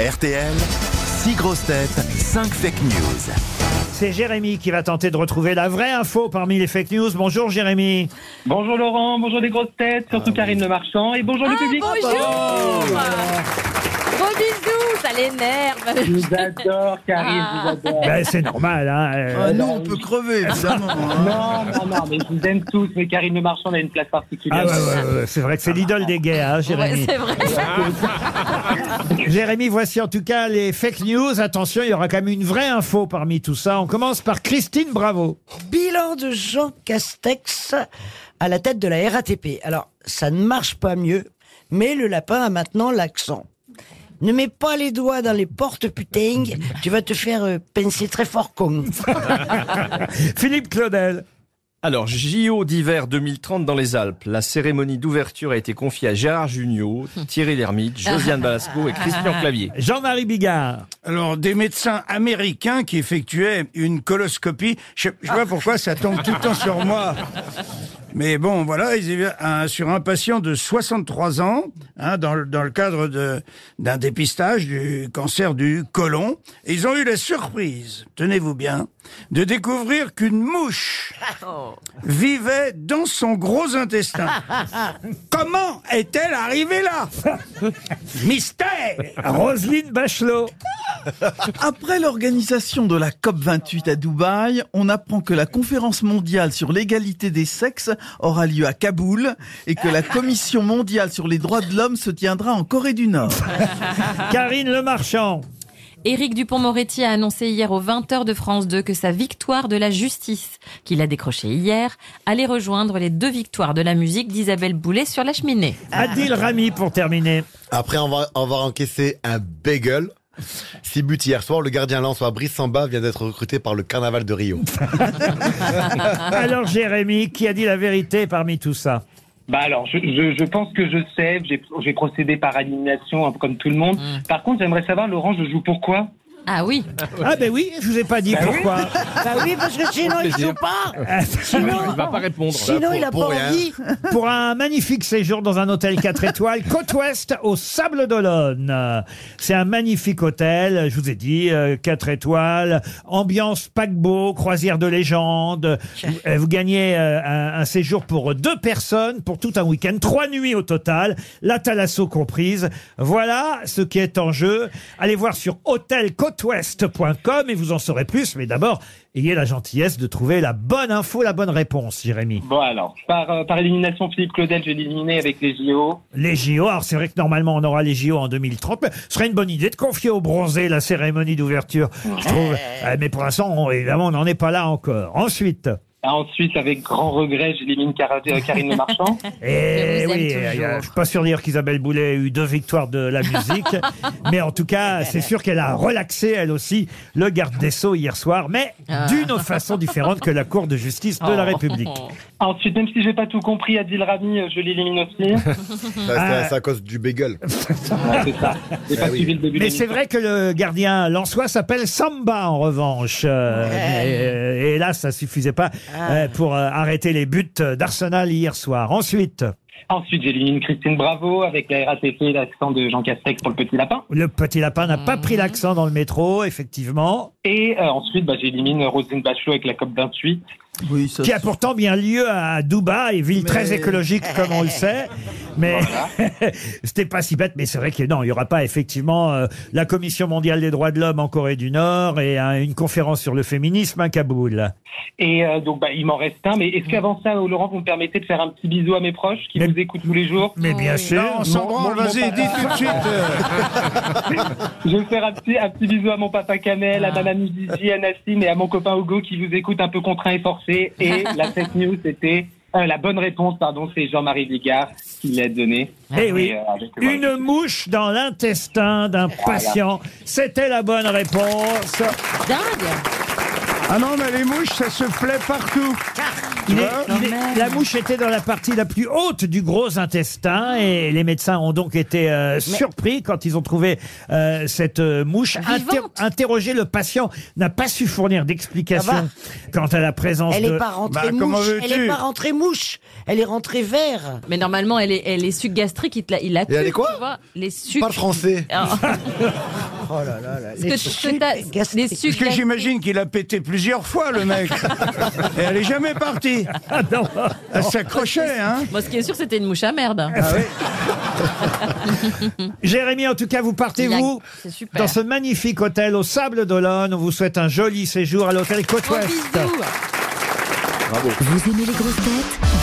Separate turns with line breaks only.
RTL, 6 grosses têtes, 5 fake news.
C'est Jérémy qui va tenter de retrouver la vraie info parmi les fake news. Bonjour Jérémy.
Bonjour Laurent, bonjour les grosses têtes,
Ah
surtout Karine Le Marchand et bonjour le public.
bonjour Bon bisous, ça l'énerve.
Je vous adore Karine, je vous adore.
Ben, c'est normal. Hein. euh,
Ah, nous, on peut crever, évidemment.
Ah.
hein.
Non, non, non, mais je vous aime tous, mais Karine Le Marchand a une place
Ah
particulière.
ouais, ouais, ouais, c'est vrai que c'est l'idole des gays, hein, Jérémy.
Ouais, c'est vrai.
Jérémy, voici en tout cas les fake news. Attention, il y aura quand même une vraie info parmi tout ça. On commence par Christine Bravo.
Bilan de Jean Castex à la tête de la RATP. Alors, ça ne marche pas mieux, mais le lapin a maintenant l'accent. Ne mets pas les doigts dans les portes putain, tu vas te faire euh, pincer très fort con.
Philippe Claudel.
Alors, JO d'hiver 2030 dans les Alpes. La cérémonie d'ouverture a été confiée à Gérard Junior, Thierry Lhermitte, Josiane Balasco et Christian Clavier.
Jean-Marie Bigard.
Alors, des médecins américains qui effectuaient une coloscopie, je sais je sais pas pourquoi ça tombe tout le temps sur moi. Mais bon, voilà, ils avaient un- sur un patient de 63 ans, hein, dans, le- dans le cadre de- d'un dépistage du cancer du côlon, et ils ont eu la surprise, tenez-vous bien, de découvrir qu'une mouche vivait dans son gros intestin. Comment est-elle arrivée là
Ah.
Mystère
Roselyne Bachelot.
Après l'organisation de la COP28 à Dubaï, on apprend que la conférence mondiale sur l'égalité des sexes aura lieu à Kaboul et que la commission mondiale sur les droits de l'homme se tiendra en Corée du Nord.
Ah.
Karine Le Marchand.
Éric Dupont-Moretti a annoncé hier aux 20h de France 2 que sa victoire de la justice, qu'il a décrochée hier, allait rejoindre les deux victoires de la musique d'Isabelle Boulet sur la cheminée.
Ah.
Adil Rami pour terminer.
Après on va on va encaisser un bagel. Six buts hier soir, le gardien lensois Brice Samba vient d'être recruté par le Carnaval de Rio.
Ah.
Alors Jérémy, qui a dit la vérité parmi tout ça
Bah alors, je, je, je pense que je sais, j'ai- j'ai procédé par animation un peu comme tout le monde.
Mm.
Par contre, j'aimerais savoir, Laurent, je joue pourquoi
Ah oui
Ah ben oui, je vous ai pas dit pourquoi.
bah oui, parce que sinon, il joue pas.
Ah,
Sinon,
va pas répondre.
sinon il a
pour
pas
rien.
envie.
pour un magnifique séjour dans un hôtel 4 étoiles, côte ouest, au Sable d'Olonne. Euh, C'est un magnifique hôtel, je vous ai dit, 4 étoiles, ambiance paquebot, croisière de légende. Vous, euh, vous gagnez euh, un, un séjour pour deux personnes, pour tout un week-end, trois nuits au total, la Thalasso comprise. Voilà ce qui est en jeu. Allez voir sur hôtelcôteouest.com et vous en saurez plus. Mais d'abord, ayez la gentillesse de trouver la bonne info, la bonne réponse, Jérémy.
Bon alors, par, euh, par élimination, Philippe Claudel, je vais l'éliminer avec les JO.
les JO. Alors c'est vrai que normalement on aura les JO en 2030, mais ce serait une bonne idée de confier au bronzé la cérémonie d'ouverture, je trouve. Euh, Mais pour l'instant, on- évidemment, on n'en est pas là encore. Ensuite,
Ah, ensuite, avec grand regret, j'élimine Cara- euh, Karine Le Marchand.
et
Je vous aime
oui,
toujours.
euh, je suis pas sûr de dire qu'Isabelle Boulet a eu deux victoires de la musique, mais en tout cas, c'est sûr qu'elle a relaxé elle aussi le garde des sceaux hier soir, mais d'une façon différente que la Cour de justice de la
Ah. Oh.
République.
Ensuite, même si j'ai pas tout compris, Adil Rami, euh, je l'élimine aussi.
Ça, c'est à- c'est à cause du bagel.
Ouais, c'est ça. J'ai pas
oui.
suivi le début de
Bah Mais c'est
l'émission.
vrai que le gardien lançois s'appelle Samba en revanche. Euh, mais, euh, et là, ça suffisait pas euh, pour euh, arrêter les buts d'Arsenal hier soir. Ensuite,
Ensuite, j'élimine Christine Bravo avec la RATP et l'accent de Jean Castex pour le petit lapin.
le petit lapin n'a pas pris l'accent dans le métro, effectivement,
Et euh, ensuite, bah, j'élimine Rosine Bachelot avec la COP28.
Oui, ça,
qui a pourtant bien lieu à Dubaï, ville
Mais-
très écologique comme on le sait. Mais c'était pas si bête. Mais c'est vrai que non, il y aura pas effectivement euh, la Commission mondiale des droits de l'homme en Corée du Nord et hein, une conférence sur le féminisme à Kaboul.
Et euh, donc, bah, il m'en reste un. Mais est-ce qu'avant ça, euh, Laurent, vous me permettez de faire un petit bisou à mes proches qui
Mm. Mais-
vous écoutent tous les jours
Mais bien
Oui.
sûr.
Non, on s'en
Mon-
branle,
mon-
vas-y,
mon-
dis tout de suite. euh,
Je vais faire un petit, un petit bisou à mon papa Kamel, à
Ah.
ma mamie Gigi, à Nassim et à mon copain Hugo qui vous écoute un peu contraint et forcé. Et la fake news, c'était... euh, la bonne réponse, pardon, c'est Jean-Marie Bigard qui l'a donnée.
Eh oui.
Et, euh, avec-
Une mouche dans l'intestin d'un patient. C'était la bonne réponse.
Dingue
Ah non, mais les mouches, ça se plaît partout.
Il est-
vois
il est- la mouche était dans la partie la plus haute du gros intestin et les médecins ont donc été euh, surpris quand ils ont trouvé euh, cette euh, mouche. Inter-
Vivante.
interroger le patient n'a pas su fournir d'explication
Ah
quant à la présence
Elle
de...
est pas rentrée
Bah, comment
mouche. Elle
veux-tu
est pas rentrée mouche. Elle est rentrée vert.
Mais normalement, elle est, elle est suc gastrique, il l'a il
Et elle est quoi
Les sucs...
Pas le français.
Ah.
Oh là là là.
Parce que- que t'as- des
Parce
sucres.
que j'imagine qu'il a pété plusieurs fois, le mec. Et elle est jamais partie. Elle s'accrochait, hein.
Moi, ce qui est sûr, c'était une mouche à merde.
Jérémy, en tout cas, vous partez,
Il a-
vous,
c'est super.
dans ce magnifique hôtel au Sable d'Olonne. On vous souhaite un joli séjour à l'hôtel
Gros
Côte-Ouest.
bisous.
Vous aimez les grosses têtes